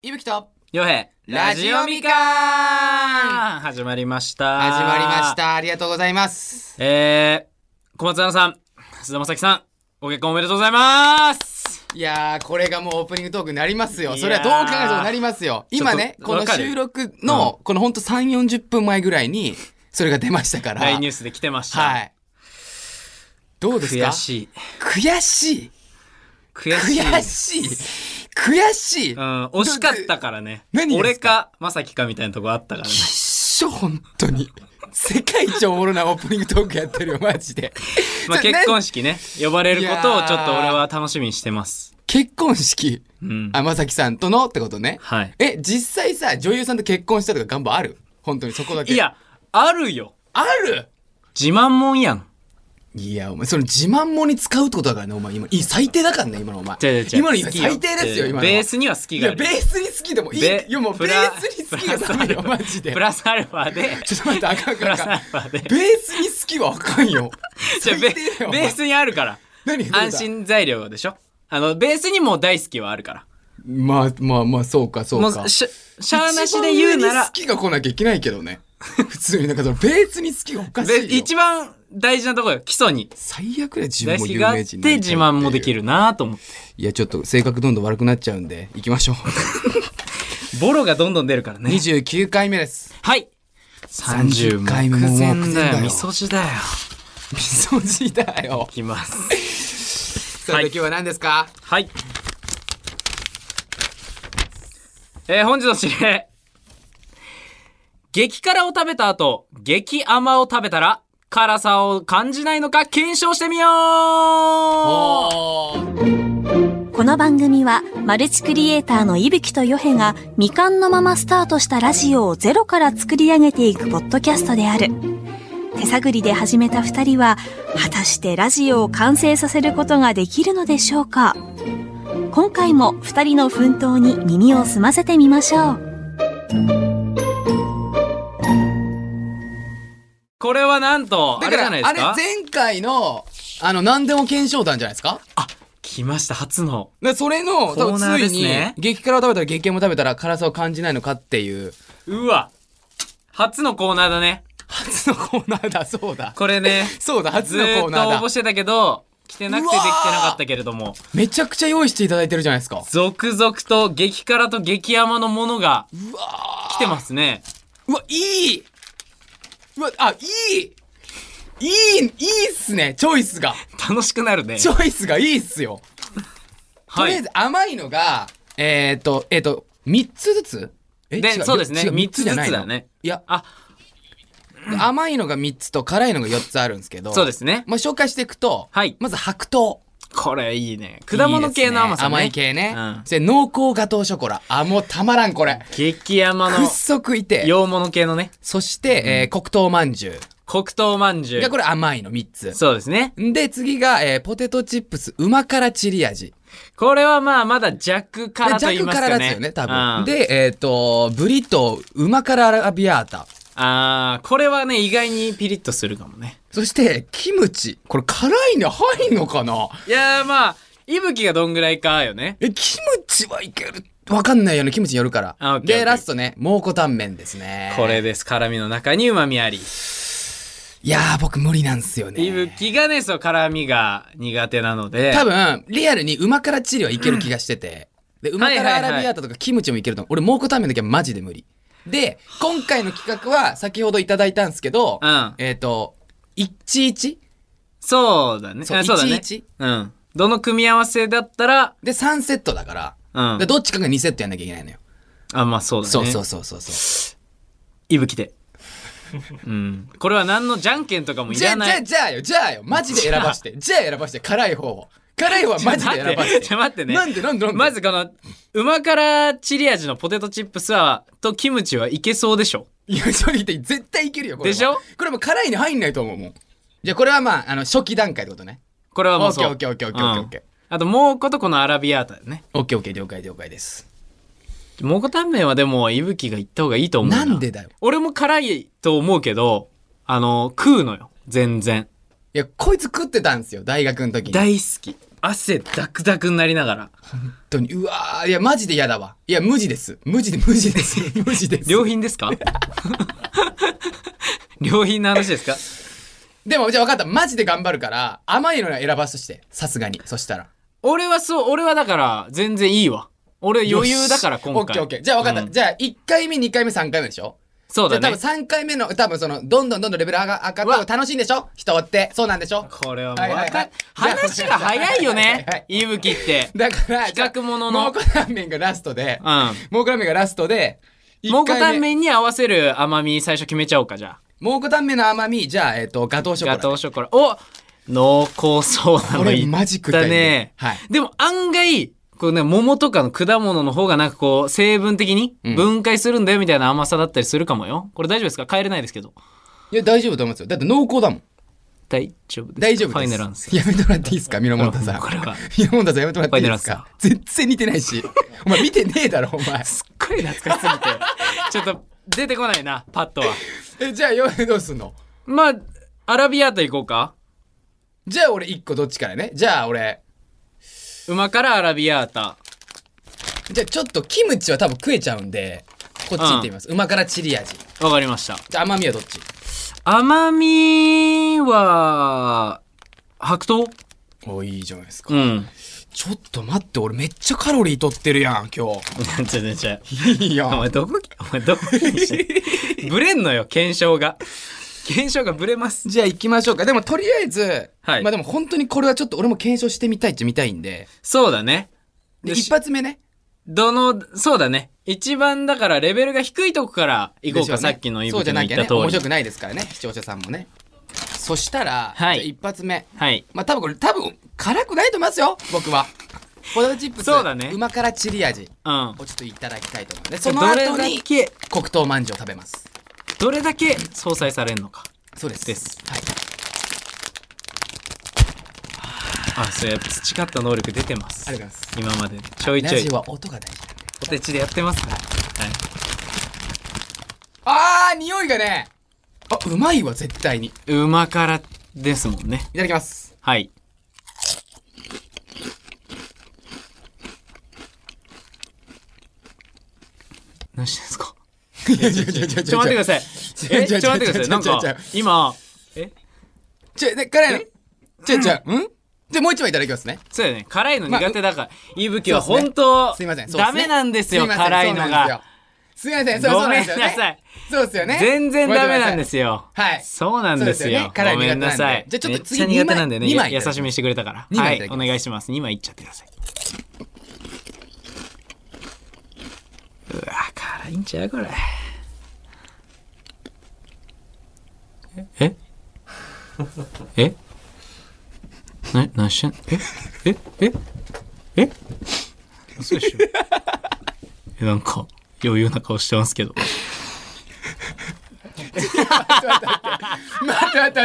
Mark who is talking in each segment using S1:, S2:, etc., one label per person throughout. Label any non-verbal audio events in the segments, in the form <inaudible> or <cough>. S1: いぶきと
S2: ヨヘ
S1: ラジオみかん
S2: ん始まりました
S1: 始まりましたありがとうございます
S2: えー、小松菜奈さん菅田将暉さんご結婚おめでとうございます
S1: いやーこれがもうオープニングトークになります
S2: い
S1: よ
S2: やー
S1: それはどう考えてもなりますよ今ね
S2: ちょっと
S1: この
S2: わかる
S1: 収録のこのほんと3 4 0分前ぐらいにそれが出ましたから
S2: 大ニュースで来てました、
S1: はいどうですか
S2: 悔しい
S1: 悔しい
S2: 悔しい
S1: 悔しい悔しい
S2: うん、惜しかったからね
S1: <laughs> 何で
S2: 俺
S1: すか
S2: か正樹かみたいなとこあったか
S1: <laughs>
S2: らね
S1: 一緒本当に世界一おもろなオープニングトークやってるよマジで
S2: まあ
S1: それ
S2: 結婚式ね呼ばれること
S1: い
S2: を
S1: やー
S2: ちょっと俺は楽しみにしてます
S1: 結婚式
S2: うん
S1: あまさきさんとのってことね
S2: はい
S1: え、実際さ、女優さんと結婚したとか願望ある本当にそこだけ。
S2: い、やあるよ
S1: ある
S2: 自慢もんやん
S1: いや、お前、その自慢もに使うってことだからね、お前、今、いい最低だからね、今のお前。
S2: 違う違う違う
S1: 今の今
S2: 好き
S1: 最低ですよ、
S2: 違う
S1: 今の。
S2: ベースには好
S1: い
S2: きがあ
S1: や、
S2: る
S1: ベースに好きでもいい。い
S2: べ
S1: や、もう
S2: プ
S1: ベ
S2: ラ
S1: ースに好きがダメよ、マジで。
S2: プラスアルファで
S1: ちょっと待って、あかんあ
S2: プ
S1: かんあ
S2: ラスア
S1: かん
S2: ル。フ
S1: <laughs>
S2: ァで
S1: ベースに好きはあかんよ。
S2: じゃあ
S1: 最
S2: ベ
S1: 低だよ。お
S2: ベー
S1: 前
S2: スにあるから
S1: 何どうだ
S2: 安心材料でしょあのベースにも大好きはあるから
S1: まあまあまあ、そうか、そう
S2: も
S1: か。
S2: うしゃしゃーなしで言うな
S1: 一番上に
S2: ら
S1: 好きが来なきゃいけないけどね。普通に、なんかその、ベースに好きがおかしいよ。
S2: べ一番大事なところよ基礎に
S1: 最悪で自分
S2: 大
S1: も
S2: 好き
S1: 有
S2: があって
S1: 名人になりたい
S2: 自慢もでき
S1: る
S2: るなと思って
S1: いやちょっと性格どんどん悪くなっちゃうんで行きましょう
S2: ボロがどんどん出るからね
S1: 29回目です
S2: はい30
S1: 30回目も目
S2: 目前
S1: 前だ
S2: だ
S1: よ
S2: よみそじだよ
S1: みそじだよ
S2: いきます
S1: さて今日は何ですか
S2: はいえー本日の指令激辛を食べた後激甘を食べたら辛さを感じないのか検証してみよう
S1: おー
S3: この番組はマルチクリエイターの伊吹とヨヘが未完のままスタートしたラジオをゼロから作り上げていくポッドキャストである手探りで始めた二人は果たしてラジオを完成させることができるのでしょうか今回も二人の奮闘に耳を澄ませてみましょう
S2: これはなんとあ
S1: だ
S2: れ
S1: から
S2: じゃ
S1: あ
S2: な
S1: れ
S2: いですか
S1: 前回のあの何でも検証団じゃないですか
S2: あ来ました初の
S1: でそれの
S2: コー
S1: 多分つ
S2: ナーで
S1: い
S2: す
S1: に
S2: ね
S1: 激辛を食べたら激甘を食べたら辛さを感じないのかっていう
S2: うわ初のコーナーだね
S1: 初のコーナーだそうだ
S2: これね
S1: そうだ <laughs> 初
S2: ず
S1: の
S2: ーっと
S1: コ
S2: 応
S1: ーナー
S2: 募
S1: だ
S2: してたけど来てなくて
S1: う
S2: で
S1: わ
S2: き
S1: ー
S2: てなかったけれども
S1: めちゃくちゃ用意していただいてるじゃないですか
S2: 続々と激辛と激甘のものが
S1: うわ
S2: 来てますね
S1: うわ、いいうわ、あ、いいいい、いいっすね、チョイスが。
S2: 楽しくなるね
S1: チョイスがいいっすよ。と
S2: は
S1: りあえ
S2: い
S1: ず甘いのが、えっ、ー、と、えっ、ー、と、3つずつえ
S2: で
S1: 違
S2: そうですね
S1: 違う
S2: 3つずつ
S1: の
S2: だね
S1: いや、
S2: あ
S1: 甘いのが3つと辛いのが4つあるんですけど。
S2: そうですね
S1: まあ、紹介していくと、
S2: はい
S1: まず白桃。
S2: これいいね果物系の甘さね
S1: いいですね甘い系ね。
S2: うん
S1: そして濃厚ガトーショコラ。あ、もうたまらん、これ。
S2: 激甘
S1: くっ
S2: の
S1: そ食いて。
S2: 洋物系のね
S1: そして、えー黒糖まんじゅう。
S2: 黒糖まんじゅ
S1: が、こ
S2: う
S1: れ甘いの3つ。
S2: そうですね
S1: で、次が、えーポテトチップス、うま辛チリ味。
S2: これはまあまだ弱
S1: で
S2: 辛と言い
S1: 弱
S2: ますか
S1: 辛
S2: ね
S1: ですよね、多
S2: う
S1: 分。
S2: ん
S1: で、えっ、と、ブリトー、うま辛アラビアータ。
S2: あーこれはね意外にピリッとするかもね
S1: そして、キムチ。これ辛いの入んのかない
S2: やーまあいぶきがどんぐらいかよね
S1: え、キムチはいける。わかんないよね、キムチによるか
S2: あ
S1: ら。
S2: オッケーオッケ
S1: で、
S2: ー
S1: ラストね、蒙古タンメンですね。
S2: これ。です辛みの中にうまみあり
S1: いやー、僕無理なんすよね。
S2: いぶきがねそう辛みが苦手なので
S1: 多分、リアルにうま辛チリはいける気がしてて。で、うま辛アラビアータとかキムチもいけると思う。俺、蒙古タンメンだけはマジで無理。で、今回の企画は、先ほどいただいたんですけど、
S2: うん
S1: えっ、と、11
S2: そうだね
S1: そう
S2: あそうだね
S1: 11
S2: うんどの組み合わせだったら
S1: で3セットだから、
S2: うん
S1: でどっちかが2セットやんなきゃいけないのよ。
S2: あまあそうだね
S1: そうそうそうそうそう。
S2: いぶ
S1: <laughs>
S2: きでうんこれは何のじゃんけんとかもい
S1: じゃ
S2: ら
S1: あ、
S2: ない
S1: じゃあ、じゃあよ、じゃあよ、マジで選ばして。じゃあ選ばして、辛い方を。辛い方はマジで選ばし
S2: ち
S1: て。
S2: ょ待ってちょ待ってね
S1: なんでなんでなんで
S2: まずこのうま辛チリ味のポテトチップスはとキムチはいけそうでしょ
S1: いや、正直言って絶対いけるよ、これは。
S2: でしょ
S1: これもう辛いに入んないと思うもん。じゃあこれはまあ、あの、初期段階ってことね。
S2: これはもうそう
S1: オッケーオッケーオッケーオッケーオッケー
S2: うんあともうことこのアラビアータだね
S1: オッケーオッケー、了解了解です。
S2: 蒙古タンメンはでもいぶきが行った方がいいと思うな
S1: なんでだよ
S2: 俺も辛いと思うけどあの食うのよ全然
S1: いや、こいつ食ってたんですよ、大学の時に。
S2: 大好き汗ダクダクになりながら。
S1: 本当に、うわー、いや、マジで嫌だわ。いや、無地です。無地で、無地
S2: <laughs>
S1: です。無地です。
S2: 良品で
S1: <laughs>
S2: すか良品の話ですか
S1: でも、じゃあ分かった。マジで頑張るから、甘いのを選ばすとして。さすがに。そしたら。
S2: 俺はそう、俺はだから全然いいわ。俺余裕だから
S1: よしオ
S2: 今回。
S1: ッケーオッケー。じゃあ分かった。
S2: うん
S1: じゃあ、1回目、2回目、3回目でしょ
S2: そうだ
S1: じゃあ
S2: ね。
S1: 多分3回目の、多分その、どんどんどんどんレベル上が上が
S2: う
S1: っ
S2: わ
S1: て楽しいんでしょ人って。そうなんでしょ
S2: これはもう
S1: はいはいは
S2: わ
S1: い
S2: か、話が早いよ
S1: はいはいは
S2: ね
S1: い。
S2: いぶ
S1: <laughs>
S2: きって。
S1: だから、
S2: 比較ものの
S1: 蒙古タンメンがラストで
S2: う、ん。
S1: 蒙古タンメンがラストで、
S2: 蒙古タン
S1: ン。
S2: メンに合わせる甘み最初決めちゃおうか、じゃ
S1: 蒙古タンメンの甘み、じゃあ、えっと、ガトーシ
S2: あ。
S1: ョコラ。
S2: ガトーショコラ。お濃厚そうな
S1: こ
S2: の
S1: れ
S2: いっ
S1: マジ食いた
S2: た
S1: いね
S2: ね。
S1: はい
S2: でも案外、こうね、桃とかの果物の方がなんかこう、成分的に
S1: うん
S2: 分解するんだよみたいな甘さだったりするかもよ。これ大丈夫ですか帰れないですけど。
S1: いや、大丈夫と思いますよ。だって濃厚だもん。
S2: 大丈夫ですか。
S1: 大丈夫です。
S2: ファイナルアンサー。
S1: やめてもらっていいですかミノモンタさん。
S2: これは。
S1: ミノモンタさんやめてもらっていいです
S2: ファイナルアン
S1: か全然似てないし。お前見てねえだろ、お
S2: <laughs>
S1: 前。
S2: すっごい懐かしすぎて。 <laughs> ちょっと出てこないな、パッとは。
S1: え、じゃあ、よ、どうすんの
S2: まあ、アラビアータ行こうか。
S1: じゃあ、俺一個どっちからね。じゃあ、俺。
S2: 馬からアラビアータ。
S1: じゃあ、ちょっとキムチは多分食えちゃうんで、こっち行ってみます。旨辛チリ味。じ
S2: わかりました。
S1: ゃあ、甘みはどっち
S2: 甘みは、白桃
S1: お、いいじゃないですか。
S2: うん。
S1: ちょっと待って、俺めっちゃカロリー取ってるやん、今
S2: <laughs> ちょちょちょ。 <laughs>
S1: 日。いいや
S2: お前どこ、お前どこ気にして
S1: <laughs>
S2: んブレんのよ、検証が。検証がブレます。
S1: じゃあ行きましょうか。でもとりあえず、
S2: はい
S1: まあでも本当にこれはちょっと俺も検証してみたいっちゃ見たいんで、
S2: そうだね。
S1: で
S2: よし
S1: 一発目ね。
S2: どの、そうだね。一番だからレベルが低いとこから行こうか、
S1: ですよ
S2: さ
S1: ね
S2: っきのイ
S1: そ
S2: ブ
S1: うじ
S2: キ
S1: ゃ
S2: の
S1: な
S2: 言
S1: き
S2: っ
S1: ゃね、
S2: た通り。
S1: 面白くないですからね、視聴者さんもね。そしたら、
S2: はい
S1: じゃあ一発目。
S2: はい。
S1: まあ多分これ、多分辛くないと思いますよ、僕は。ポテトチップス、
S2: そうだね
S1: うま辛チリ味
S2: うん。
S1: をちょっといただきたいと思うんで、
S2: そ
S1: その
S2: のど
S1: 後
S2: れ
S1: に
S2: だけ、
S1: 黒糖まんじゅうを食べます。
S2: どれだけ相殺されるのか。
S1: そうです。
S2: です
S1: はい。
S2: あ、そうや、培った能力出てます。
S1: ありがとうございます。
S2: 今まで。ちょい
S1: ラ
S2: ちょい
S1: ジオ。は音が大事なんで。
S2: お手ちでやってますから。はい。
S1: あー、匂いがね、あ、うまいわ、絶対に。いう
S2: ま辛ですもんね。
S1: ただきます。
S2: はい。何してんすか
S1: いやいやいやいやいや
S2: <laughs> <laughs> ちょっと待ってください。え、ちょっと待ってください。なん
S1: 違う違う
S2: か
S1: 違う、
S2: 今、え、
S1: ちょ、ね、辛いの。ちょ、ちょ、うんじゃあもう一枚いただきますね。
S2: そうだよね。辛いの苦手だから。いぶきは
S1: そうですね
S2: 本当、
S1: すいません。そうっ
S2: ダ
S1: すね
S2: メなんですよ、
S1: いません
S2: 辛いのが。。
S1: そうなんですよすいません、そう
S2: ご
S1: そうな
S2: め
S1: ん
S2: ん
S1: ですよ
S2: な
S1: ね。
S2: さい。
S1: そうですよね。
S2: 全然ダメなんですよ。
S1: はい
S2: そうなんです
S1: そうですよ
S2: よ
S1: ね。辛い
S2: ごめんなさい。
S1: 苦手なんでじゃあちょっと次
S2: めちゃ苦手なんでね。
S1: 二枚
S2: や優しめにしてくれたから。
S1: 二枚
S2: はい
S1: ただ
S2: い、
S1: き
S2: お
S1: ます
S2: 願いします。2枚いっちゃってください。うわ、辛いんちゃうこれ。えええな、何してんええ
S1: <laughs>
S2: ええ嘘でしょえ、なんか、余裕な顔してますけど。
S1: よね。待って待
S2: <laughs>
S1: って待って。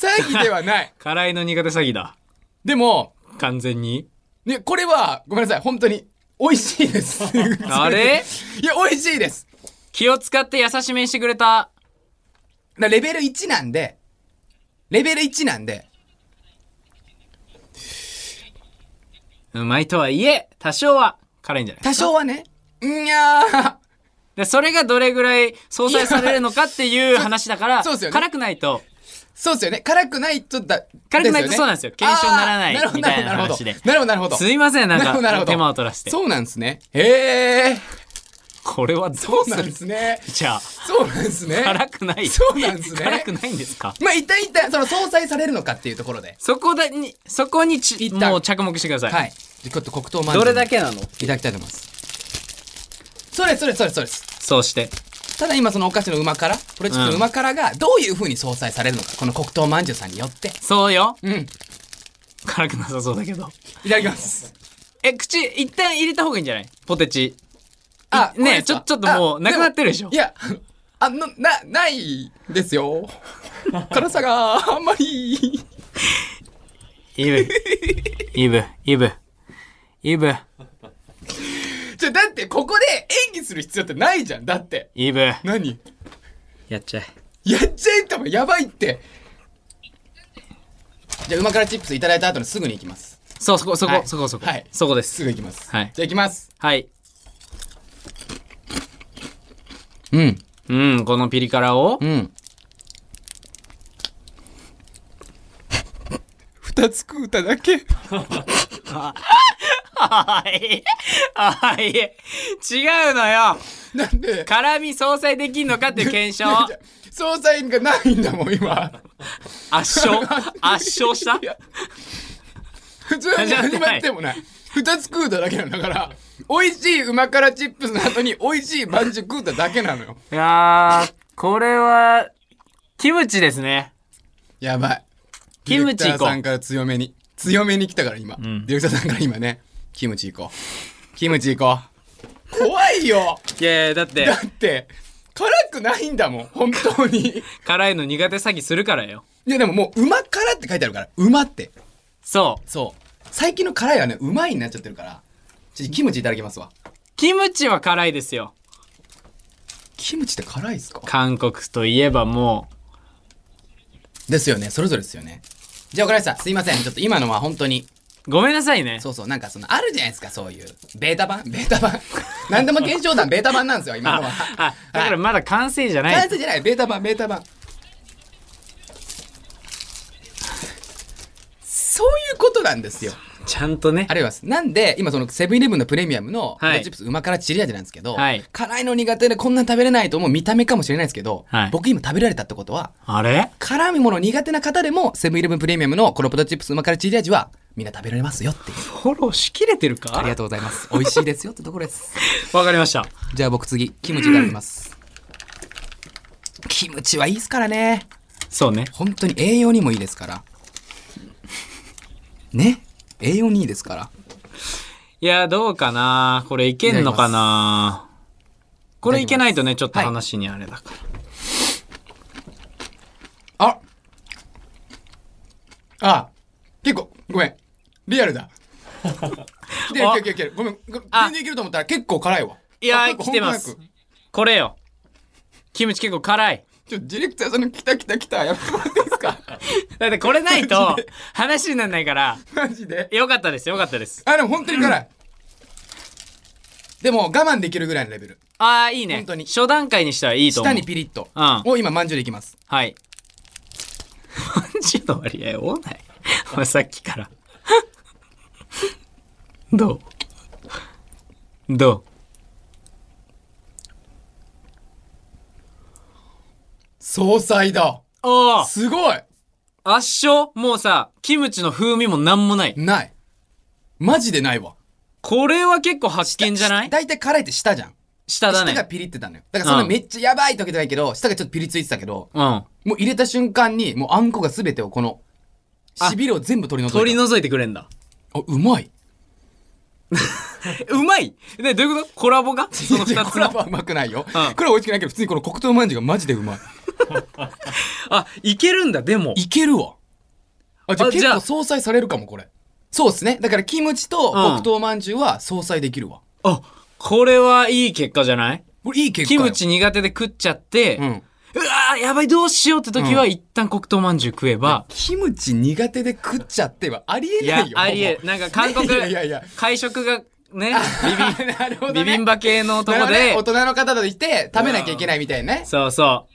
S1: 詐欺ではない。
S2: 辛いの苦手詐欺だ。
S1: でも、
S2: 完全に。
S1: ね、これは、ごめんなさい、本当に。美味しいです。
S2: <laughs> あれ
S1: いや、美味しいです。
S2: 気を使って優しめにしてくれ
S1: だか
S2: た。
S1: らレベル1なんで、レベル1なんで、
S2: うまいとはいえ、多少は辛いんじゃない
S1: 多少はね、んにゃー。
S2: で、それがどれぐらい相殺されるのかっていう話だから、
S1: そうそうですよね
S2: 辛くないと、
S1: そうですよね。辛くないとだ、
S2: 辛くないと
S1: ですよね
S2: そうなんですよ検証にならない
S1: あー
S2: みたいな
S1: るほど
S2: 話で
S1: なるほど、なるほど。
S2: すいません、なん
S1: なるほどなる
S2: か
S1: ほど
S2: 手間を取らせて。
S1: そうなんですね。へえ。
S2: これはどう
S1: そう
S2: す
S1: なん
S2: る
S1: ですね。
S2: じゃあ、
S1: そうなんですね。
S2: <laughs> 辛くない。
S1: そうなんですね
S2: 辛くないんですか
S1: まあ、一旦一旦、その、相殺されるのかっていうところで。
S2: そこだに、そこにち
S1: 一旦
S2: もう着目してください。
S1: はい。じゃあちょっと黒糖まんじゅう
S2: どれだけなの
S1: いただきたいと思います。それ、それ、それ、それです。
S2: そうして。
S1: ただ今そのお菓子の旨辛、これちょっ
S2: う
S1: と
S2: ん
S1: 旨辛がどういう風に相殺されるのか、この黒糖まんじゅうさんによって。
S2: そうよ。
S1: うん。
S2: 辛くなさそうだけど。
S1: いただきます。
S2: え、口、一旦入れた方がいいんじゃないポテチ。
S1: あ、
S2: ねえ
S1: これです
S2: ちょ、
S1: か
S2: ちょっとも
S1: あ
S2: う、なくなってるでしょ
S1: いや、あの、な、ないですよ。辛さがあんまり。
S2: イブ。イブ、イブ。イブ、
S1: じゃ、だってここで演技する必要ってないじゃん。だって。
S2: イブ。
S1: 何
S2: やっちゃえ。
S1: やっちゃえってもやばいって。じゃあ、うま辛チップスいただいた後にすぐに行きます。
S2: そう、そこ、そこ、
S1: はい
S2: そこ、そこ、
S1: はい
S2: そこですす
S1: ぐ。行きます。
S2: はい
S1: じゃあ行きます。
S2: はい。
S1: うん。
S2: うん、このピリ辛を
S1: う、ん。二つ食うただ
S2: <laughs>
S1: け。
S2: はい。はい。違うのよ。
S1: なんで。
S2: 辛味相殺できんのかっていう検証。 <laughs>
S1: いや捜査員がないんだもん、今。
S2: 圧勝圧勝した
S1: いや普通に始まってもない。二つ食うただけなんだから。美味しい旨辛チップスの後に美味しいバンジュ食うただけなのよ。
S2: いやー、これは、キムチですね。
S1: やばい。
S2: キムチ
S1: ディレ
S2: 行こう
S1: クターさんから強めに。強めに来たから今。ディレクターさんから今ね。キムチ行こう。キムチ行こう。怖いよ
S2: いやいや、だって
S1: だ、って、辛くないんだもん、本当に。 <laughs> い
S2: 辛いの苦手詐欺するからよ。
S1: やでももう、うま辛って書いてあるから、うまって。
S2: そう。
S1: そう。最近の辛いはね、うまいになっちゃってるから。ちょキムチいただきますわ。
S2: キムチは辛いですよ。
S1: キムチって辛いですか
S2: 韓国といえばも
S1: ですよね、それぞれですよね。じゃあ分かりました。すいません。ちょっと今のは本当に。
S2: う、ごめんなさいね。
S1: そうそう、なんかその、あるじゃないですか、そういう。ベータ版ベータ <laughs> 版。何でも検証団、ベータ版なんです <laughs> よ、今のは。
S2: あ、だからまだ完成じゃない。
S1: 開発じゃない、ベータ版、ベータ版。そういうことなんですよ。
S2: ちゃんとね
S1: あ。りがとうございます。なんで、今そのセブンイレブンのプレミアムの、
S2: はい
S1: ポテトチップス旨辛チリ味なんですけど、
S2: はい
S1: 辛いの苦手でこんなん食べれないと思う見た目かもしれないですけど、
S2: はい
S1: 僕今食べられたってことは、
S2: あれ
S1: 辛いもの苦手な方でも、セブンイレブンプレミアムのこのポテトチップス旨辛チリ味は、みんな食べられますよっていう。
S2: フォローしきれてるか
S1: ありがとうございます。美味しいですよってところです。
S2: わかりました。
S1: <laughs> じゃあ僕次、キムチいただきます。キムチはいいですからね。
S2: そうね。
S1: 本当に栄養にもいいですから。ね栄養にいいですから。
S2: いや、どうかなこれいけんのかなこれいけないとね、ちょっと
S1: はい
S2: 話にあれだから。
S1: ああ結構ごめんリアル
S2: <laughs>
S1: だいけるいけるいけるいけるごめんご
S2: あ
S1: 全然いけると思ったら結構辛いわ
S2: いや
S1: あ
S2: ー、来てま
S1: ほん
S2: す
S1: となく。
S2: これよ。キムチ結構辛い。
S1: ちょディレクターさんの来た来た来たやってもらっていいですか
S2: だってこれないと話にならないから、
S1: マジで
S2: よかったです、よかったです。
S1: あでも本当に辛いでも我慢できるぐらいのレベル
S2: ああ、いいね。
S1: 本当に
S2: 初段階にしたらいいと思
S1: 下
S2: う。
S1: にピリッと
S2: うん
S1: を今まんじゅうでいきます
S2: はい。 <laughs> まんじゅうの割合多ない。お前さっきから。 <laughs> どうど
S1: 総裁だ
S2: うおお
S1: すごい
S2: 圧勝もうさ、キムチの風味もなんもない。
S1: ないマジでないわ
S2: これは結構発見じゃない
S1: 大体辛いって下じゃん
S2: 下だ
S1: 舌が
S2: ね。
S1: ピリってたのよ。だからそのめっちゃやばい時じゃないけど、舌がちょっとピリついてたけど、
S2: うん。
S1: もう入れた瞬間に、もうあんこが全てをこの、
S2: あ
S1: しびれを全部取り除
S2: 取
S1: い
S2: り
S1: た。
S2: 除いてくれんだ。
S1: あ、うまい。
S2: えうまいね、どういうことコラボがその
S1: いや
S2: 二
S1: こ
S2: つ
S1: れ
S2: の。
S1: はうまくないよ。
S2: う
S1: こ
S2: ん
S1: れは美味しくないけど、普通にこの黒糖まんじゅうがマジでうまい。
S2: あ、いけるんだ、でも。
S1: いけるわ。あ、じゃあ
S2: あじ
S1: 結
S2: ゃあ
S1: 構相殺されるかも、これ。そうですね。だからキムチと黒糖まんじゅうは相殺できるわ。
S2: あ、これはいい結果じゃない
S1: これいい結果
S2: キ
S1: よ。
S2: ムチ苦手で食っちゃって、
S1: う。
S2: うんわーやばい、どうしようって時は、
S1: うん
S2: 一旦黒糖まんじゅう食えば、
S1: キムチ苦手で食っちゃってはありえ
S2: い
S1: な
S2: や
S1: い、よ。
S2: ありえ、なんか韓
S1: <laughs>
S2: 国
S1: いやいやいや、
S2: <laughs> 会食がね、
S1: <laughs> もうなるほど、
S2: ビ
S1: ね。
S2: ビ、ビビンバ系のとこ
S1: なるほどね
S2: で
S1: 大、人の方といて食べなきゃいけないみたいなね。
S2: そうそ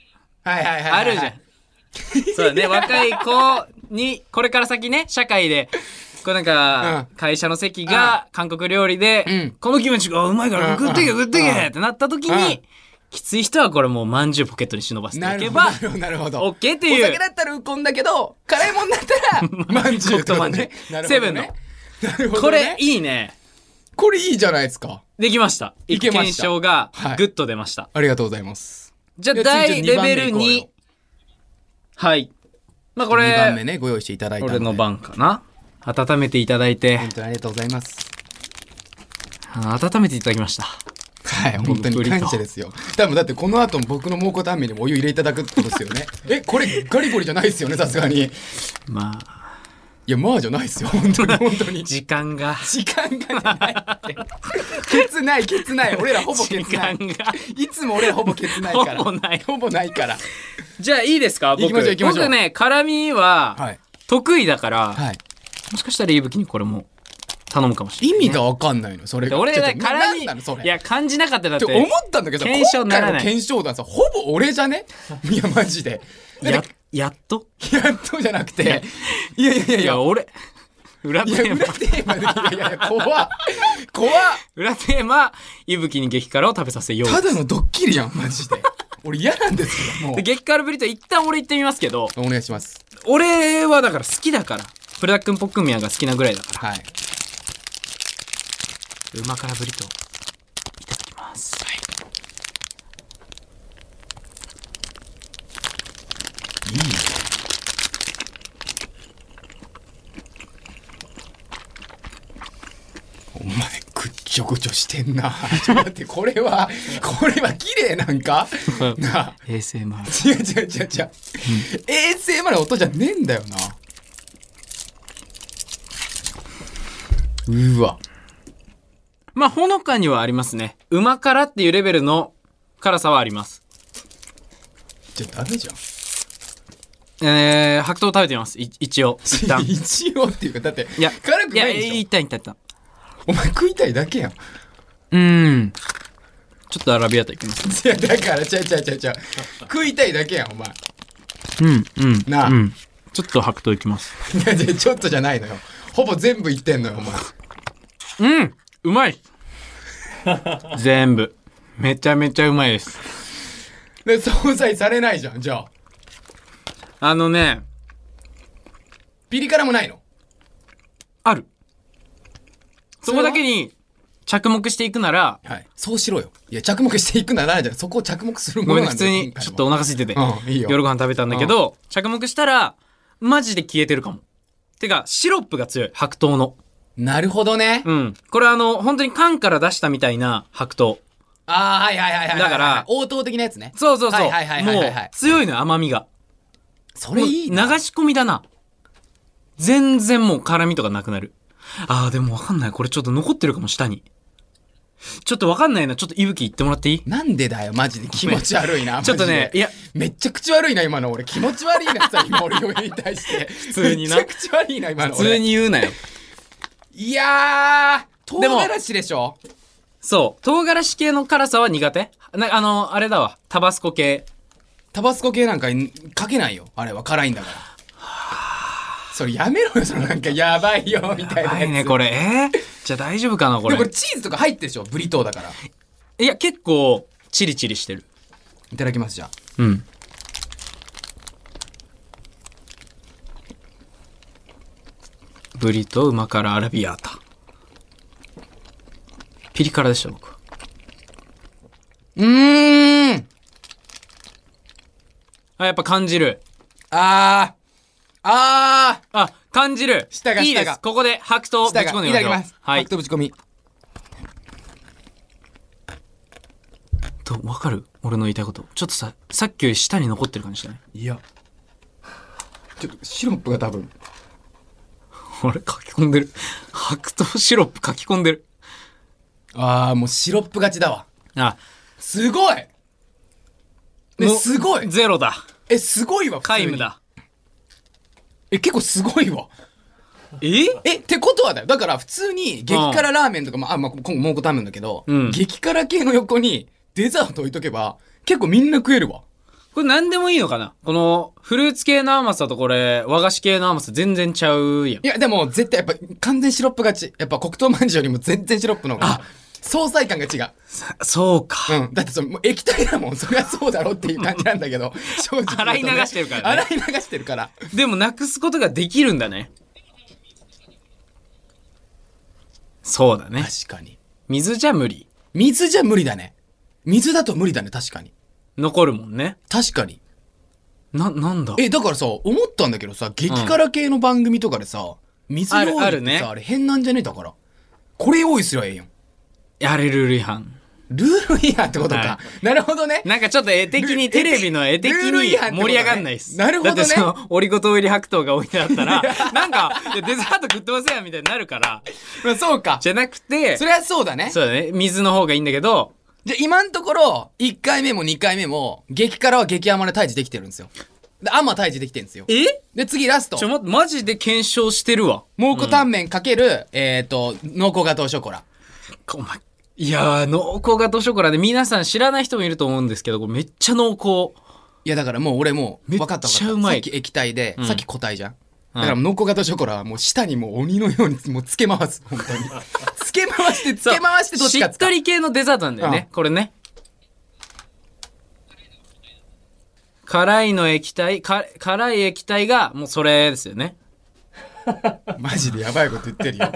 S2: う、
S1: はいはいはいは
S2: あ
S1: いはい。
S2: るじゃん。そうだね、若い子に、これから先ね、社会で、こうなんか、会社の席が韓国料理で、
S1: うん
S2: このキムチがうまいか
S1: う
S2: ら
S1: ん
S2: 食ってけ食ってけ、
S1: うん
S2: ってなった時
S1: う
S2: に、
S1: ん
S2: きつい人はこれもうまんじゅうポケットに忍ばせて
S1: ない
S2: け
S1: るほど。な
S2: ば、
S1: るほど、なるほど。
S2: オッケーっていう
S1: お酒だったらウコンだけど、辛いもんだ
S2: <laughs>
S1: ったら、まんじゅうってことね。
S2: 黒糖まんじゅう
S1: なるほどね
S2: セブンの。
S1: なるほど。
S2: これ、いいね。
S1: これいいじゃないですか。
S2: できました。
S1: い
S2: 一
S1: けました
S2: 検証が
S1: はい
S2: グッと出ました。
S1: ありがとうございます。
S2: じゃあ
S1: いや
S2: 第
S1: 次ちょ
S2: レ
S1: っと
S2: ベ
S1: 二
S2: ル
S1: 番目行
S2: 2
S1: こ。
S2: はい。まあこ
S1: これ、2番目
S2: れ、
S1: ね、ご用意していただいたので。
S2: 俺の。番かな。温めていただいて、
S1: 本当にありがとうございます。
S2: あ温めていただきました。
S1: はい、本当に感謝ですよ。多分だってこの後も僕の蒙古タンメンにもお湯入れていただくってことですよね。 <laughs> え、これガリゴリじゃないですよね、さすがに。い
S2: まあ、
S1: や、まあじゃないですよ、本当に、本当
S2: <laughs>
S1: に。
S2: 時間が、
S1: 時間がない
S2: <laughs>
S1: って。ケツない、ケツない。俺らほぼケ
S2: 時
S1: ツな
S2: 間
S1: い。
S2: が。
S1: <laughs> いつも俺らほぼケツないから。
S2: ほぼない
S1: ほぼないから。
S2: じゃあいいですか僕
S1: 行きましょう行きましょう
S2: 僕ね、辛味は
S1: はい。
S2: 得意だから、
S1: はい。
S2: もしかしたらいぶきにこれも頼むかもしれ
S1: 意
S2: ない。
S1: 味がわかんないのそれ
S2: で
S1: が
S2: 俺
S1: ちょっ
S2: だ
S1: と
S2: か
S1: な
S2: ら
S1: なんなのそ
S2: 絡
S1: れ
S2: みいや感じなかったよだっ
S1: ってて思ったんだけどさ
S2: 検証
S1: 今
S2: なら
S1: 回
S2: な
S1: の
S2: い
S1: 検証団さほぼ俺じゃ
S2: <laughs>
S1: ねいやマジでだ
S2: や
S1: って
S2: やっと
S1: やっとじゃなくていやいやいやい
S2: い
S1: や
S2: や俺裏
S1: い
S2: テ
S1: や
S2: ーマ
S1: 裏テーマでいやいやいや怖っ怖っ
S2: 裏テーマ伊吹に激辛を食べさせよう
S1: ただのドッキリやんマジで俺嫌なんですよもう
S2: で激辛ぶりと一旦俺行ってみますけど
S1: お願いします
S2: 俺はだから好きだからプラクンポックンミヤが好きなぐらいだから
S1: はいう
S2: ま辛ぶりといただきます
S1: いいねお前ぐっちょぐちょしてんな <laughs> ちょっと待ってこれはこれは綺麗なんかなあ
S2: ASMR
S1: 違う違う違う違う ASMR の音じゃねえんだよなうわ
S2: まあほのかにはありますねうま辛っていうレベルの辛さはあります
S1: じゃあダメじゃん
S2: えー、白桃食べてみますい一応一旦い
S1: 一応 <laughs> っていうかだって
S2: や
S1: 辛くない
S2: や
S1: でし
S2: 一旦一旦一旦
S1: ょお前食いたいだけやん
S2: うーんちょっとアラビアータいきます
S1: いやだからちゃうちゃうちゃうちゃう食いたいだけやんお前 <laughs>
S2: うんうん
S1: なあ
S2: うんちょっと白桃いきます
S1: いやでちょっとじゃないのよほぼ全部いってんのよお前
S2: うん
S1: <laughs>
S2: うまい全部めちゃめちゃうまいです
S1: で相殺されないじゃんじゃあ
S2: あのね
S1: ピリ辛もないの
S2: あるそこだけに着目していくなら
S1: はいそうしろよいや着目していくならじゃあそこを着目するも
S2: ごめ
S1: のな
S2: んね
S1: んだ
S2: 普通
S1: よ
S2: に
S1: 今回は
S2: ちょっとお腹空いてて、
S1: うんいいよ
S2: 夜ご飯食べたんだけど、着目したらマジで消えてるかもてかシロップが強い白桃の
S1: なるほどね、
S2: うんこれあの本当に缶から出したみたいな白桃
S1: ああはいはいはいはいはい
S2: だから
S1: 応答的なやつね
S2: そうそうそう、
S1: はいはいはいはいはいはい
S2: もう強いのよ甘みが
S1: それいいな
S2: もう流し込みだな。全然もう辛みとかなくなる。ああ、でもわかんない。これちょっと残ってるかも、下に。ちょっとわかんないな。ちょっと息吹言ってもらっていい
S1: なんでだよマジで気持ち悪いな
S2: ちょっとね
S1: マジで
S2: いや
S1: めっちゃ口悪いな今の俺気持ち悪いなさ今俺嫁に対して普
S2: 通にな
S1: めっちゃ口悪いな今の
S2: 普
S1: 俺
S2: 通に言うなよ。
S1: いやー唐
S2: でも
S1: 辛子でしょ
S2: そう。唐辛子系の辛さは苦手なあの、あれだわ。タバスコ
S1: <laughs>
S2: 系。
S1: タバスコ系なんかにかけないよあれは辛いんだからそれやめろよそのなんかやばいよみたいなやつ
S2: やばいね、これ。えー、じゃあ大丈夫かな、こ
S1: で
S2: れ
S1: もこれ。チーズとか入ってるでしょブリトーだから
S2: いや、結構、チリチリしてる。
S1: いただきますじゃあ
S2: うん。ブリと旨辛アラビアータ。ピリ辛でした、僕。
S1: うーん
S2: あ、やっぱ感じる。
S1: あーあ
S2: あ、感じる。
S1: 舌が
S2: いいで
S1: 舌が
S2: す。ここで白
S1: ー
S2: 桃ぶ
S1: 下
S2: ち込ん
S1: が
S2: で
S1: い
S2: み
S1: ただき
S2: ましょう
S1: ます
S2: はい。
S1: 白桃ぶち込み
S2: と、わかる俺の言いたいこと。ちょっとさ、さっきより舌に残ってる感じじゃない
S1: いやちょっとシロップが多分
S2: 俺書き込んでる。白桃シロップ書き込んでる。
S1: ああもうシロップ勝ちだわ
S2: あ、
S1: すごいえ
S2: もう
S1: すごい
S2: ゼロだ。
S1: えすごいわ普通に
S2: 皆無だ。
S1: え結構すごいわ
S2: え
S1: えってことはだよだから普通に激辛ラーメンとかも、あまあ今後蒙古タンメンだけど、
S2: うん
S1: 激辛系の横にデザート置いとけば結構みんな食えるわ
S2: これ何でもいいのかなこのフルーツ系の甘さとこれ和菓子系の甘さ全然ちゃうやん
S1: い。やでも絶対やっぱ完全シロップ勝ちやっぱ黒糖まんじゅうよりも全然シロップの方が総菜感が違う
S2: そうか。
S1: うん。だってその、もう液体だもん。そりゃそうだろっていう感じなんだ
S2: <laughs>
S1: けど。正直言うとね、
S2: 洗い流してるから
S1: 洗
S2: ね
S1: い流してるから。
S2: でもなくすことができるんだね。そうだね。
S1: 確かに。
S2: 水じゃ無理。
S1: 水じゃ無理だね。水だと無理だね、確かに。
S2: 残るもんね。
S1: 確かに。
S2: な、なんだ
S1: え、だからさ、思ったんだけどさ、激辛系の番組とかでさ、水用意ってさ、
S2: あ
S1: あ
S2: るあるね
S1: れ変なんじゃねえだから。これ用意すりゃええやん。
S2: やれるルール違反。
S1: ルール違反ってことか。
S2: は
S1: なるほどね。
S2: なんかちょっと絵的に、
S1: ル
S2: テレビの絵的
S1: ルール違
S2: に
S1: 反ってことね
S2: 盛り上がんないっす。
S1: なるほどね
S2: だってその、オリゴ糖入り白桃が置いてあったら、 <laughs> なんか、いやデザート食ってませんやみたいになるから、
S1: まあそうか。
S2: じゃなくて、
S1: そりゃそうだね。
S2: そうだね。水の方がいいんだけど、
S1: じゃあ今のところ、1回目も2回目も、激辛は激甘で退治できてるんですよ。で、アンマー退治できてんですよ。
S2: え
S1: で、次ラスト
S2: ち。ょ、待って、マジで検証してるわ。
S1: 蒙古タンメンかける、えっ、と、濃厚ガトーショコラ。
S2: お前。いやー、濃厚ガトーショコラで皆さん知らない人もいると思うんですけど、これめっちゃ濃厚。
S1: いや、だからもう俺もう、
S2: めっ
S1: 分かった分かった。
S2: ちゃうまい
S1: さっき液体で、
S2: ん
S1: さっき固体じゃん。だから濃厚ガトーショコラはもう舌にもう鬼のように <laughs> もうつけ回す。本当に。つけ回して、つけ回してどっちか
S2: し
S1: つ
S2: っ
S1: か
S2: と。り系のデザートなんだよね、
S1: う
S2: これね辛いの液体か辛い液体がもうそれですよね
S1: マジでやばいこと言ってるよ。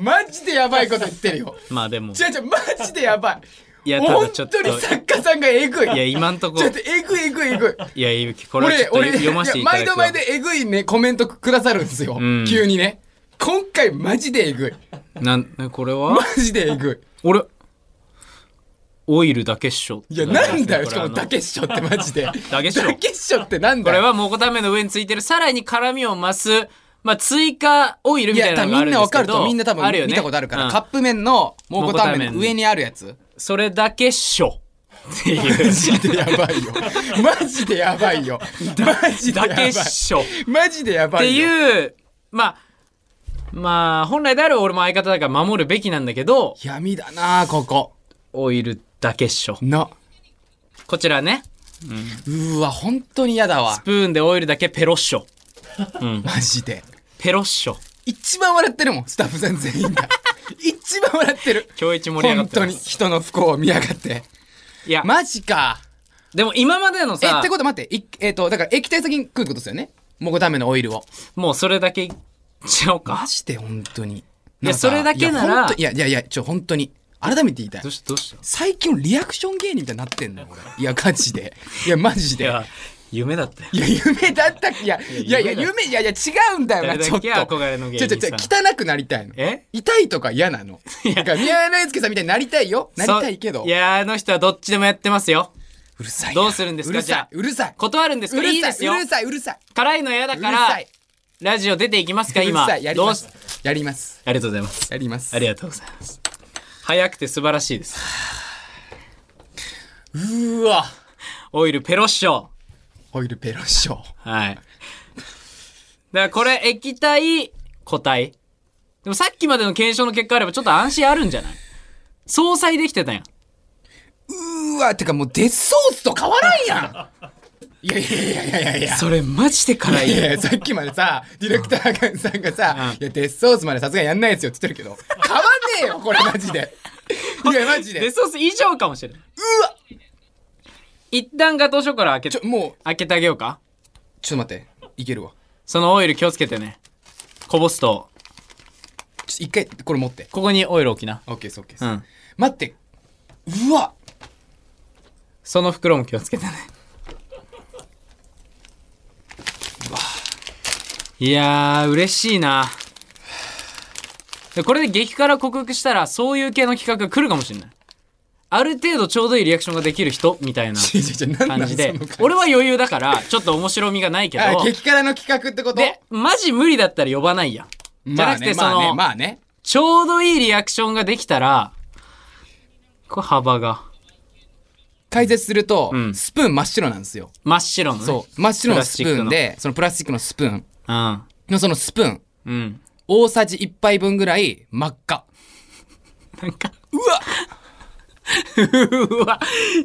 S1: マジでやばいこと言ってるよ。
S2: まあでも
S1: 違う違う、マジでやばい。
S2: いやただ
S1: 本
S2: ちょっと
S1: 当に作家さんがえぐい。
S2: いや今んとこ
S1: ちょっとえぐいえぐいえぐい。
S2: いやいぶきこれはちょっと読ませていただ
S1: や毎
S2: く
S1: 度
S2: わ
S1: 毎度えぐいね、コメントくださるんですよ。
S2: ん
S1: 急にね。今回マジでえぐい。
S2: なんえこれ
S1: <laughs> マ
S2: は
S1: ジでえぐ
S2: 俺オイルだけっしょ
S1: い。いや、なんだよ、しかも
S2: こ
S1: だ
S2: れあの
S1: けっしょってマ
S2: <laughs>
S1: ジで。
S2: だけっしょ
S1: だけっしょってなん
S2: こ
S1: だ
S2: れ
S1: よ。
S2: はもうこための上についてるさらに辛みを増すまあ追加オイルみたいなのがあ
S1: みん
S2: るんで
S1: なわ
S2: すけど
S1: かるとみんな多
S2: あるよ
S1: 分
S2: ね
S1: 見たことあるから、
S2: うん
S1: カップ麺の蒙古タンメン
S2: 蒙古タンメ
S1: の
S2: ン
S1: 上にあるやつ
S2: それだけっしょってい
S1: マ
S2: う
S1: ジでや
S2: <laughs>
S1: ばいよマジでやばいよマジで <laughs> や
S2: だ
S1: ば
S2: け
S1: い
S2: っしょ
S1: マジでやば
S2: って
S1: いよ
S2: いう、まあ、まあ、本来であれば俺も相方だから守るべきなんだけど、
S1: 闇だなここ
S2: オイルだけっしょ。
S1: な
S2: こちらね、
S1: うーわ本当に嫌だわ
S2: スプーンでオイルだけペロッショ。
S1: マジで
S2: ペロッショ。
S1: 一番笑ってるもんスタッフさん全員
S2: <laughs>
S1: が一番笑ってる
S2: 今日一盛り上が
S1: 本
S2: って
S1: 当
S2: ま
S1: に
S2: す。
S1: 人の不幸を見やがって
S2: いや、
S1: マジか
S2: でも今までの
S1: え
S2: さ
S1: って、こと待っていえっ、とだから液体先に食うってことですよねもこためのオイルを
S2: もうそれだけいっちゃおう
S1: マ
S2: か。
S1: ジで本当に
S2: や
S1: なんか
S2: それだけなら
S1: いや本当いやいやいやちょ本当に改めて言いたい
S2: どうしたどうした
S1: 最近リアクション芸人みたいになってんのよ俺いやガチ
S2: <laughs>
S1: でいやマジ
S2: い
S1: で
S2: や、夢だったよ。
S1: いや、夢だったっけいや、いやいや、
S2: 夢だ
S1: 夢、いやいや、違うんだよな、
S2: 誰
S1: ちょ
S2: だ
S1: っと。
S2: け憧れの芸人さん
S1: ちょちょちょ汚くなりたいの。
S2: え
S1: 痛いとか嫌なの。だから、宮原祐介さんみたいになりたいよ。なりたいけど
S2: そい。や、あの人はどっちでもやってますよ。
S1: うるさいな。
S2: どうするんですか
S1: うる
S2: じゃ
S1: さ
S2: あ
S1: い。うるさい。
S2: 断るんです
S1: う
S2: からいい
S1: る
S2: です
S1: さい。
S2: よ
S1: う。るさい。うるさい。
S2: 辛いの嫌だか
S1: うるさ
S2: ら
S1: い、
S2: ラジオ出ていきますか、
S1: うる
S2: 今。
S1: さい。やり
S2: ど
S1: ま
S2: うし
S1: す。やります。
S2: ありがとうございます。
S1: やります。
S2: ありがとうございます。早くて素晴らしいです。
S1: うーわ。
S2: オイルペロッショ。
S1: ホイルペロッショ。
S2: はい。だからこれ液体、固体。でもさっきまでの検証の結果あればちょっと安心あるんじゃない相殺できてたやん。
S1: うーわ。てか、もうデスソースと変わらんやん。いやいやいやいやいやいや。
S2: それマジで辛
S1: い
S2: いよ。
S1: やいや、さっきまでさ、ディレクターさんがさ
S2: うん、
S1: いや、デスソースまでさすがにやんないですよって言ってるけど、変わんねえよ、これマジで。いや、マジで。
S2: デ
S1: ち
S2: ソース以上かもしれない。うわ一旦ガトーショコラ開け、
S1: ょ、もう、
S2: 開けてあげようか。
S1: ちょっと待って、いけるわ。
S2: そのオイル気をつけてね。こぼすと、
S1: ちょ一回、これ持って。
S2: ここにオイル置きな。
S1: オッケーです、オッケーです。
S2: うん。
S1: 待って、うわ
S2: その袋も気をつけてね。いやー、嬉しいな。でこれで激辛克服したら、そういう系の企画が来るかもしれない。ある程度ちょうどいいリアクションができる人みたいな
S1: ちょちょちょ、 <laughs> なん
S2: 感
S1: なん
S2: じ
S1: そ
S2: で
S1: の感。じ。
S2: 俺は余裕だから、ちょっと面白みがないけど。
S1: あ、激辛の企画ってこと
S2: で、マジ無理だったら呼ばないやん。じ
S1: ま
S2: ゃな
S1: あ
S2: くて、
S1: ね、
S2: その、
S1: まあね、まあね。
S2: ちょうどいいリアクションができたら、こう幅が
S1: 解説すると
S2: う、ん
S1: スプーン真っ白なんですよ。
S2: 真っ白のね。
S1: そう。真っ白のスプーン
S2: プラ
S1: で、そのプラスチックのスプーン
S2: うん。
S1: のそのスプーン、
S2: うん。
S1: 大さじ1杯分ぐらい真っ赤。
S2: なんか、うわ <laughs> うわ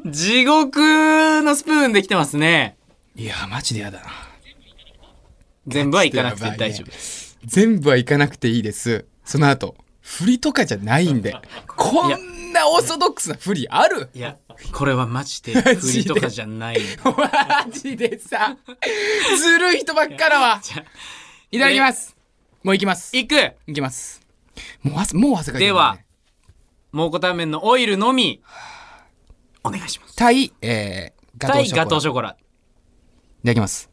S2: 地獄のスプーンできてますね。
S1: いやーマジでやだな
S2: 全部はいかなくて大丈夫です。
S1: す全部はいかなくていいですその後振りとかじゃない
S2: <laughs>
S1: んでこんなオーソドックスな振りある
S2: いや、これはマジで振りとかじゃない。
S1: マジでさずるい人ばっかだわ
S2: じゃ
S1: いただきますもういきます
S2: 行く
S1: いきますもう汗もう汗かいて
S2: で
S1: るね
S2: は、蒙古タンメンのオイルのみ、お願いします。
S1: 対えー、ガトー
S2: 対
S1: ショコラ
S2: ガトー
S1: い
S2: ショコラ。
S1: ただきます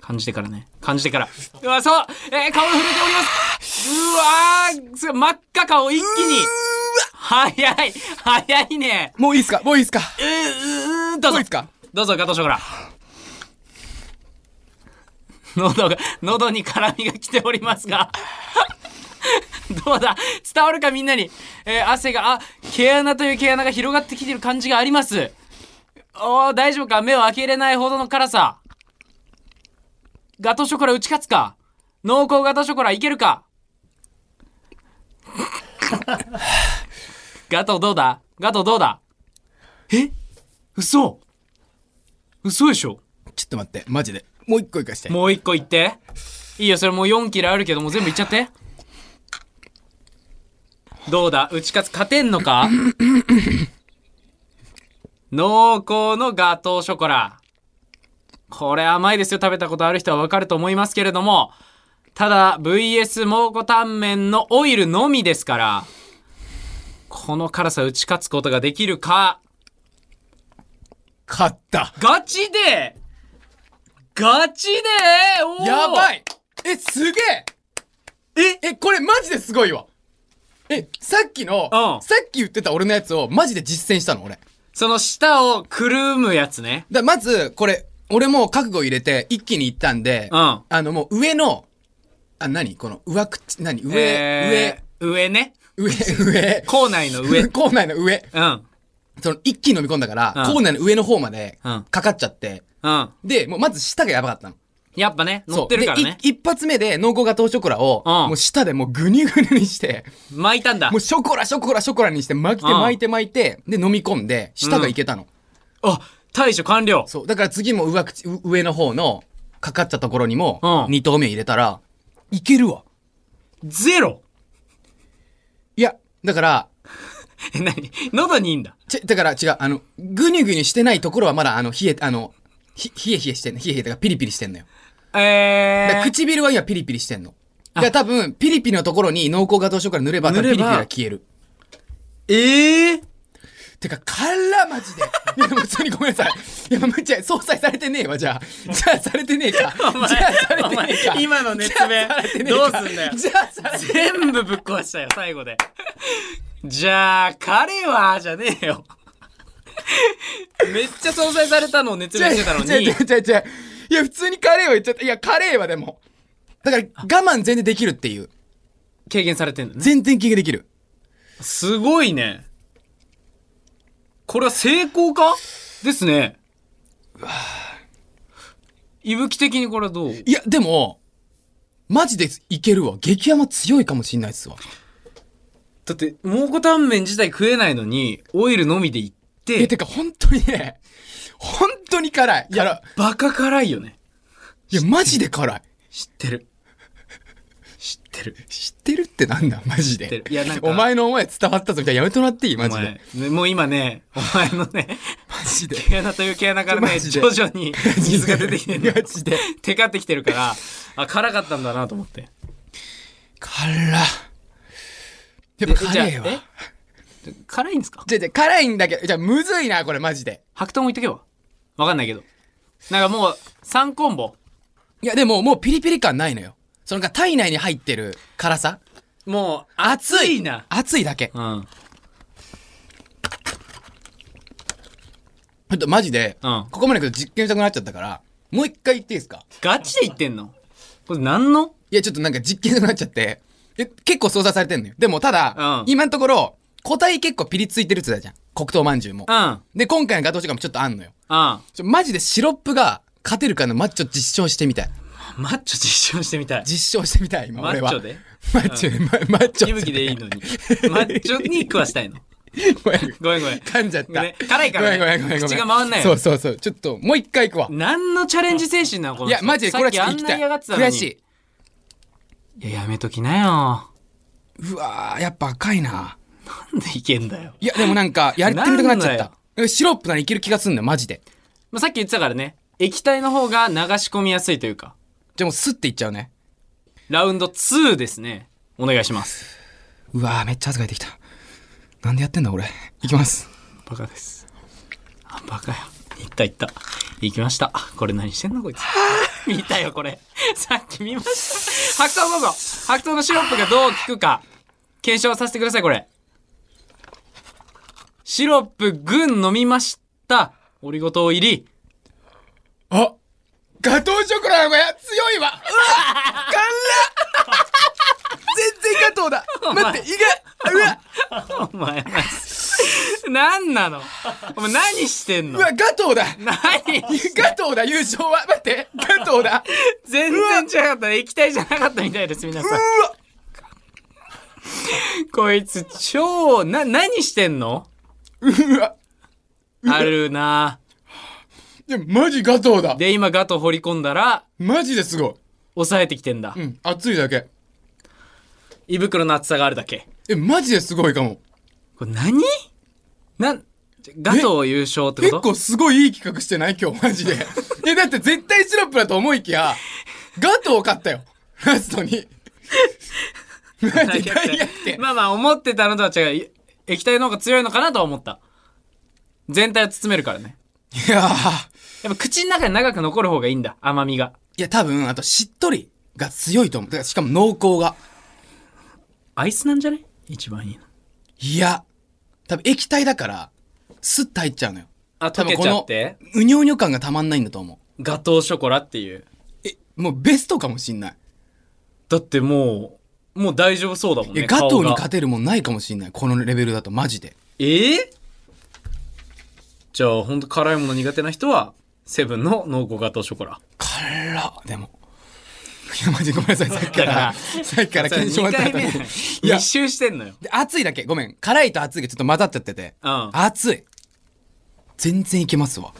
S2: 感じてからね。感じてから。うわ、そうえー顔が震えておりますうわーすごい真っ赤顔一気に早い早いね
S1: もういいっすかもういいっすか
S2: うーうーどう
S1: もうい
S2: ぞ
S1: いっすか
S2: どうぞガトーショコラ。喉が、喉に辛みが来ておりますが。どうだ伝わるかみんなに。えー汗が、あ、毛穴という毛穴が広がってきてる感じがあります。おー、大丈夫か目を開けれないほどの辛さ。ガトーショコラ打ち勝つか濃厚ガトーショコラいけるか <laughs> ガトーどうだガトーどうだえ嘘嘘でしょ
S1: ちょっと待って、マジで。もう一個いかして。
S2: もう一個言って。いいよ、それもう4キロあるけど、もう全部いっちゃって。どうだ打ち勝つ勝てんの
S1: <laughs>
S2: か濃厚のガトーショコラ。これ甘いですよ。食べたことある人はわかると思いますけれども。ただ、VS 蒙古タンメンのオイルのみですから、この辛さ打ち勝つことができるか。
S1: 勝った。
S2: ガチでガチでおー
S1: やばいえ、すげええ、これマジですごいわ。え、さっきの、
S2: うん
S1: さっき言ってた俺のやつをマジで実践したの、俺。だか
S2: その舌をくるむやつね。
S1: らまず、これ、俺もう覚悟入れて一気に行ったんで、
S2: うん
S1: あのもう上の、あ、何この上口、何上、
S2: えー上ね。
S1: 上、上、上。
S2: 校内の
S1: <laughs>
S2: <laughs> 上。うん。
S1: 校内の上。
S2: うん。
S1: その一気に飲み込んだから、
S2: うん
S1: 校内の上の方まで
S2: うん
S1: かかっちゃって、で、もうまず舌がやばかったの。
S2: やっぱね、
S1: そう
S2: 乗ってるからね
S1: で。い一発目で濃厚ガトーショコラを、
S2: うん
S1: もう舌でもうグニュグニュにして、
S2: 巻いたんだ
S1: もう。ショコラショコラショコラにして巻いて
S2: うん
S1: 巻いて巻いて、で飲み込んで、舌がいけたの。
S2: あ、対処完了。
S1: そう。だから次も上口、う上の方のかかっちゃったところにも、
S2: うん
S1: 二投目入れたら、いけるわ。
S2: ゼロ。
S1: いや、だから、
S2: え、何喉にいいんだ。
S1: ちだから違う、あの、グニュグニュしてないところはまだあの、冷え、あの、ひ、冷え冷えしてんの。冷え冷えだからピリピリしてんのよ。だから
S2: えー。
S1: 唇は今ピリピリしてんの。だから多分、ピリピリのところに濃厚ガトーショコラ塗れば、多分ピ
S2: 塗れ
S1: リピリ
S2: ば
S1: が消える。
S2: えー。
S1: てか、辛マジで。いや、普通にごめんなさい。いや、むっちゃ、相殺されてねえわ、じゃあ。じゃあ、されてねえか。じゃあ、
S2: お前
S1: されて
S2: お
S1: ねえか。
S2: 前、今の熱弁
S1: されて、ねえ
S2: どう
S1: か
S2: すんだよ。
S1: じゃあ、されて
S2: 全部ぶっ壊したよ、最後で。じゃあ、彼は、じゃねえよ。めっちゃ相殺されたのを熱弁してたの
S1: じゃあ
S2: に
S1: じゃ。あじゃあじゃあいや、普通にカレーは言っちゃった。いや、カレーはでも。だから、我慢全然できるっていう。
S2: 軽減されてんだね。
S1: 全然気ができる。
S2: すごいね。これは成功かですね。いぶき的にこれはどう
S1: いや、でも、マジでいけるわ。激甘強いかもしんないっすわ。
S2: だって、蒙古タンメン自体食えないのに、オイルのみでいっ
S1: え、
S2: て、
S1: てか、本当にね、本当に辛い。いや、
S2: バカ辛いよね。
S1: いや、マジで辛い。
S2: 知ってる。知ってる。
S1: 知ってるってなんだ、マジ
S2: 知っ
S1: で。
S2: てるいやなんか
S1: お前の思い伝わったぞみたいなやめてもらっていい
S2: お
S1: マジで。
S2: 前、ねもう今ね、お前のね、
S1: マジで。
S2: 毛穴という毛穴からね、
S1: マジで
S2: 徐々に水が出てきてる
S1: マジで。
S2: テカってきてるから、あ、辛かったんだなと思って。
S1: 辛っ。やっぱ辛いわ
S2: じ。ゃあえ辛いんですか
S1: じゃあじゃあ辛いんだけど、じゃあむずいな、これマジで。
S2: 白桃もいっとけばわかんないけどなんかもう3コンボ
S1: いや、でももうピリピリ感ないのよ。そのか体内に入ってる辛さ。
S2: もう熱いな
S1: 熱いだけ。ち
S2: うん
S1: ょっとマジで、
S2: うん
S1: ここまで来ると実験したくなっちゃったから、もう一回言っていいですか
S2: ガチで言ってんのこれ何の
S1: いや、ちょっとなんか実験したくなっちゃって、え結構操作されてんのよ。でもただ、
S2: うん
S1: 今のところ、答え結構ピリついてるって言ってたじゃん。黒糖まんじゅうも
S2: う。ん
S1: で、今回のガトーショコラもちょっとあんのよ。
S2: うんマ
S1: ちょマジでシロップが勝てるかのマッチョ実証してみたい。
S2: ッチョ実証してみたい
S1: 実証してみたい、今
S2: マ
S1: 俺
S2: ッ
S1: は。
S2: チョで
S1: マッチョで、まマッチョ。
S2: 息吹でいいのに <laughs> マッチョに食わしたいの
S1: ごめん
S2: ごめんごめん
S1: 噛んじゃった。
S2: ね辛いからね
S1: ごめんごめんごめんごめん。
S2: 口が回んない
S1: そ
S2: よ
S1: うそうそう。ちょっと、もう一回行くわ。
S2: 何のチャレンジ精神なのこの
S1: い
S2: 人
S1: や、マジでこれはちょっと行き
S2: さ
S1: た
S2: っきあんな嫌がってた
S1: い。
S2: の
S1: 悔
S2: に
S1: し
S2: いややめときなよ
S1: い。うわー、やっぱ赤いな。
S2: なんでいけんだよ
S1: いや、でもなんか、やってみたくなっちゃ
S2: <laughs> なん
S1: っ
S2: だ
S1: た。シロップならいける気がすんだよ、マジで。
S2: まあさっき言ってたからね液体の方が流し込みやすいというか
S1: じゃあもうスッていっちゃうね。
S2: ラウンド2ですねお願いします
S1: うわー、めっちゃ汗かいてきた。なんでやってんだ、俺。いきます。
S2: バカです。あ、バカや。いったいった。行きました。これ何してんの <laughs> こいつ。見たよ、これ。さっき見ました。白桃どうぞ。白桃のシロップがどう効くか、検証させてください、これ。シロップ、群飲みました。オリゴ糖入り。
S1: あガトーショコラの方が強いわうわ辛っ全然ガトーだ待って、意外うわ
S2: お前、何なのお前何してん
S1: う
S2: の
S1: わ、ガトーだ
S2: 何
S1: ガトーだ優勝は待ってガトーだ
S2: 全然違かった。液体じゃなかったみたいです、皆さん。こいつ、超、な、何してんの
S1: うわ
S2: あるな
S1: でもマジガトーだ
S2: で、今ガト掘り込んだら、
S1: マジですごい
S2: 抑えてきてんだ
S1: う。ん、熱いだけ。
S2: 胃袋の厚さがあるだけ。
S1: え、マジですごいかも。
S2: これ何なん、ガト優勝って
S1: 結
S2: こと
S1: 構すごいいい企画してない今日マ
S2: <laughs>
S1: ジで。え、だって絶対シロップだと思いきや、ガトー勝ったよ。ラストに。
S2: <laughs>
S1: マジ大逆転。
S2: まあまあ、思ってたのとは違う。液体の方が強いのかなとは思った。全体を包めるからね。
S1: いやー。
S2: やっぱ口の中に長く残る方がいいんだ。甘みが。
S1: いや、多分、あと、しっとりが強いと思う。だからしかも濃厚が。
S2: アイスなんじゃね一番いいの。
S1: いや、多分液体だから、スッと入っちゃうのよ。
S2: あ、
S1: 多
S2: 溶
S1: 分
S2: け
S1: こ
S2: ちゃっ
S1: の
S2: て。、
S1: うにょうにょ感がたまんないんだと思う。
S2: ガトーショコラっていう。
S1: え、もうベストかもしんない。
S2: だってもう、もう大丈夫そうだもん
S1: い
S2: ね。
S1: や、ガトーに
S2: 顔が
S1: 勝てるもんないかもしんない。このレベルだと、マジで。
S2: えーじゃあ、ほんと辛いもの苦手な人は、セブンの濃厚ガトーショコラ。
S1: 辛っでもいやマジごめんなさいさっきか
S2: だからら
S1: さっきから検証
S2: 2
S1: 待って
S2: 回
S1: た
S2: 目
S1: の
S2: な
S1: に
S2: のに。
S1: いや
S2: 一周してんのよ。
S1: で熱いだけごめん辛いと熱いがちょっと混ざっちゃってて、
S2: うん
S1: 熱い全然いけますわ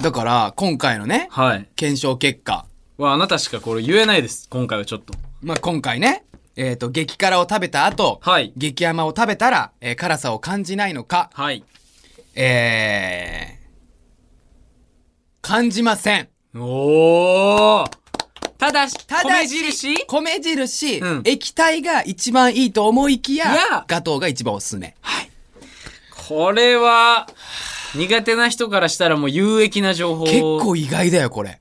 S1: だから今回のね
S2: はい。
S1: 検証結果
S2: わあなたしかこれ言えないです。今回はちょっと。
S1: まあ今回ねえっ、と激辛を食べた後、
S2: はい
S1: 激甘を食べたら、えー辛さを感じないのか
S2: はい。
S1: えー、感じません
S2: おーただし、
S1: ただ
S2: 米
S1: し
S2: 印
S1: 米印、
S2: うん
S1: 液体が一番いいと思いきや
S2: いや
S1: ガトーが一番おすすめ
S2: これは、苦手な人からしたらもう有益な情報を
S1: 結構意外だよこれ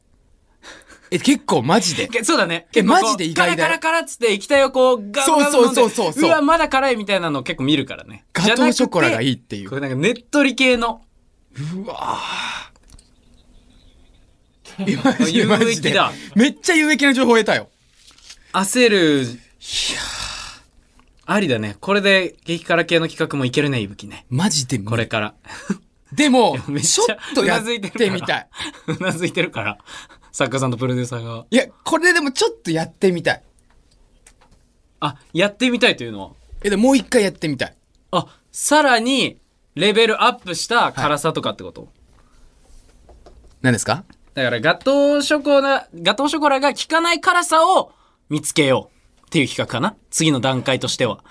S1: え結構マジで
S2: けそうだね。
S1: え
S2: 結構こう
S1: マジで意外だよ
S2: カラカラカラっつって液体をこうガンガン飲んで
S1: そうそうそうそうそう
S2: わ、まだ辛いみたいなのを結構見るからね。
S1: ガトーショコラがいい
S2: い。
S1: っていう
S2: これなんかねっとり系の
S1: えマジで
S2: 有益だ
S1: マジでめっちゃ有益な情報得たよ
S2: 焦る。ありだね。これで激辛系の企画もいけるね、いぶきね。
S1: マジで
S2: これから。
S1: でも
S2: <laughs> めっち
S1: ち
S2: ゃ
S1: ょっとやっ
S2: うなずいてる
S1: てみたい。
S2: <laughs> うなずいてるから。作家さんとプロデューサーが。
S1: いやこれでもちょっとやってみたい
S2: あ、やってみたいというのは。
S1: えでももう一回やってみたい
S2: あ、さらに、レベルアップした辛さとかってこと、
S1: 何ですか
S2: だから、ガトーショコラ、ガトーショコラが効かない辛さを見つけようっていう企画かな次の段階としては。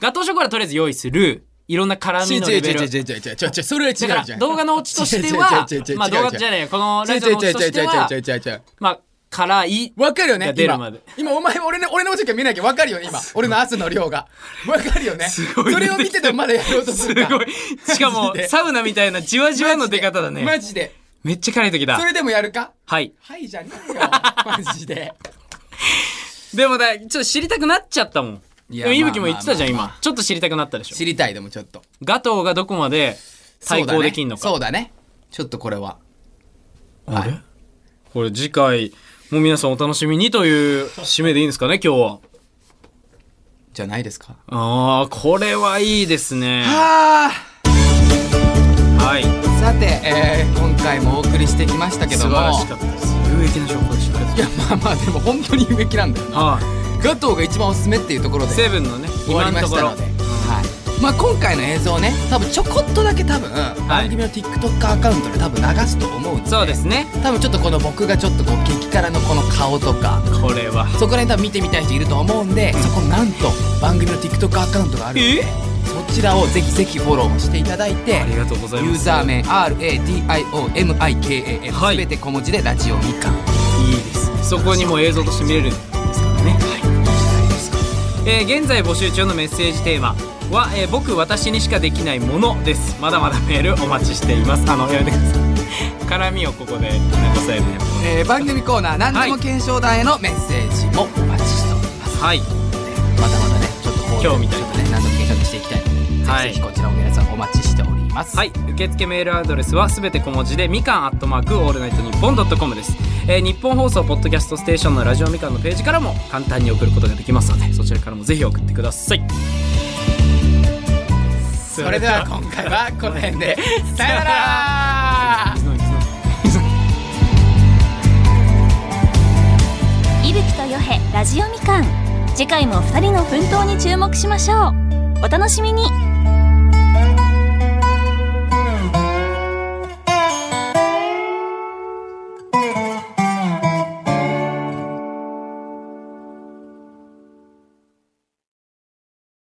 S2: ガトーショコラとりあえず用意する、いろんな辛
S1: 違
S2: み
S1: う
S2: の
S1: 違う
S2: レベ
S1: 違う違う
S2: ル。
S1: 違う違う違う違うそれは違うじ
S2: だか
S1: ゃん
S2: ら、動画のオチとしては
S1: 違う違う違う違う違う違う、
S2: まあ動画じゃないよ、このラジオのオチとしては、
S1: 違う違う違う違う違う違う
S2: まあ、辛い。
S1: わかるよ
S2: い
S1: ね
S2: や出るま
S1: 今
S2: で。
S1: 今、お前、俺の、俺のお時間見なきゃわかるよね今。俺の汗の量が。わかるよね。
S2: ごい
S1: それを見ててもまだやろうとす
S2: す
S1: るか。
S2: ごい。しかも
S1: <laughs> マジ、で
S2: サウナみたいなじわじわの出方
S1: マ
S2: だね。
S1: ジで。
S2: めっちゃ辛い時だ
S1: そ。れでもやるか
S2: はい。
S1: はいじゃね
S2: <laughs>
S1: えよ。マジで。
S2: でもだ、ちょっと知りたくなっちゃったもん。
S1: い
S2: い
S1: や
S2: や、いぶきも言ってたじゃん、
S1: まあまあ
S2: 今。ちょっと知りたくなったでしょ
S1: 知。りたいでもちょっと。
S2: ガトーがどこまで対抗できんのか。
S1: そうだね。ちょっとこれは。
S2: あれこれ次回も皆さんお楽しみにという締めでいいんですかね今日は。
S1: じゃないですか。
S2: ああこれはいいですね。
S1: は
S2: はい。
S1: あ。さて、えー今回もお送りしてきましたけ
S2: 素
S1: ど
S2: 晴
S1: も。
S2: らしかったです。有益な情報でした。
S1: いや、まあまあ、でも本当に有益なんだよな。
S2: は
S1: ガトーが一番おすすめっていうところ
S2: い。
S1: で。
S2: セブンのね、
S1: 終わ
S2: 今
S1: りま
S2: のと
S1: し
S2: こ
S1: た
S2: ろ。
S1: ので、はいまあ、今回の映像ね多分ちょこっとだけ多分、番組の TikTok アカウントで多分流すと思うんで
S2: そうですね。
S1: 多分ちょっとこの僕がちょっとこう激辛のこの顔とか
S2: これは。
S1: そこら辺多分見てみたい人いると思うんでそこなんと番組の TikTok アカウントがあるんで
S2: え
S1: そちらをぜひぜひフォローしていただいて
S2: ありがとうござい
S1: ユ
S2: ま
S1: ー
S2: す。
S1: ザー名 RADIOMIKAN す
S2: はい
S1: べて小文字でラジオみかん
S2: いいですね。そこにも映像として見れるんですからね。えー現在募集中のメッセージテーマは、えー僕私にしかできないものですまだまだメールお待ちしていますあのやめてください <laughs> 絡みをここで抑えるね
S1: えー番組コーナー何でも検証団へのメッセージもお待ちしております
S2: はい
S1: またまたねちょっとこう
S2: 今日みたい
S1: ちょ
S2: な
S1: っとね何度も検証していきたいので、
S2: はい
S1: ぜひぜひこちらも皆さんお待ちしております
S2: はい受付メールアドレスはすべて小文字でみかんアットマークオールナイトニッポンドットコムです、えー日本放送ポッドキャストステーションのラジオみかんのページからも簡単に送ることができますのでそちらからもぜひ送ってください
S1: それでは今回はこの辺でさよな
S2: <laughs>
S1: ら
S2: 水飲み水飲み
S3: 伊吹とよへラジオみかん次回も2人の奮闘に注目しましょうお楽しみに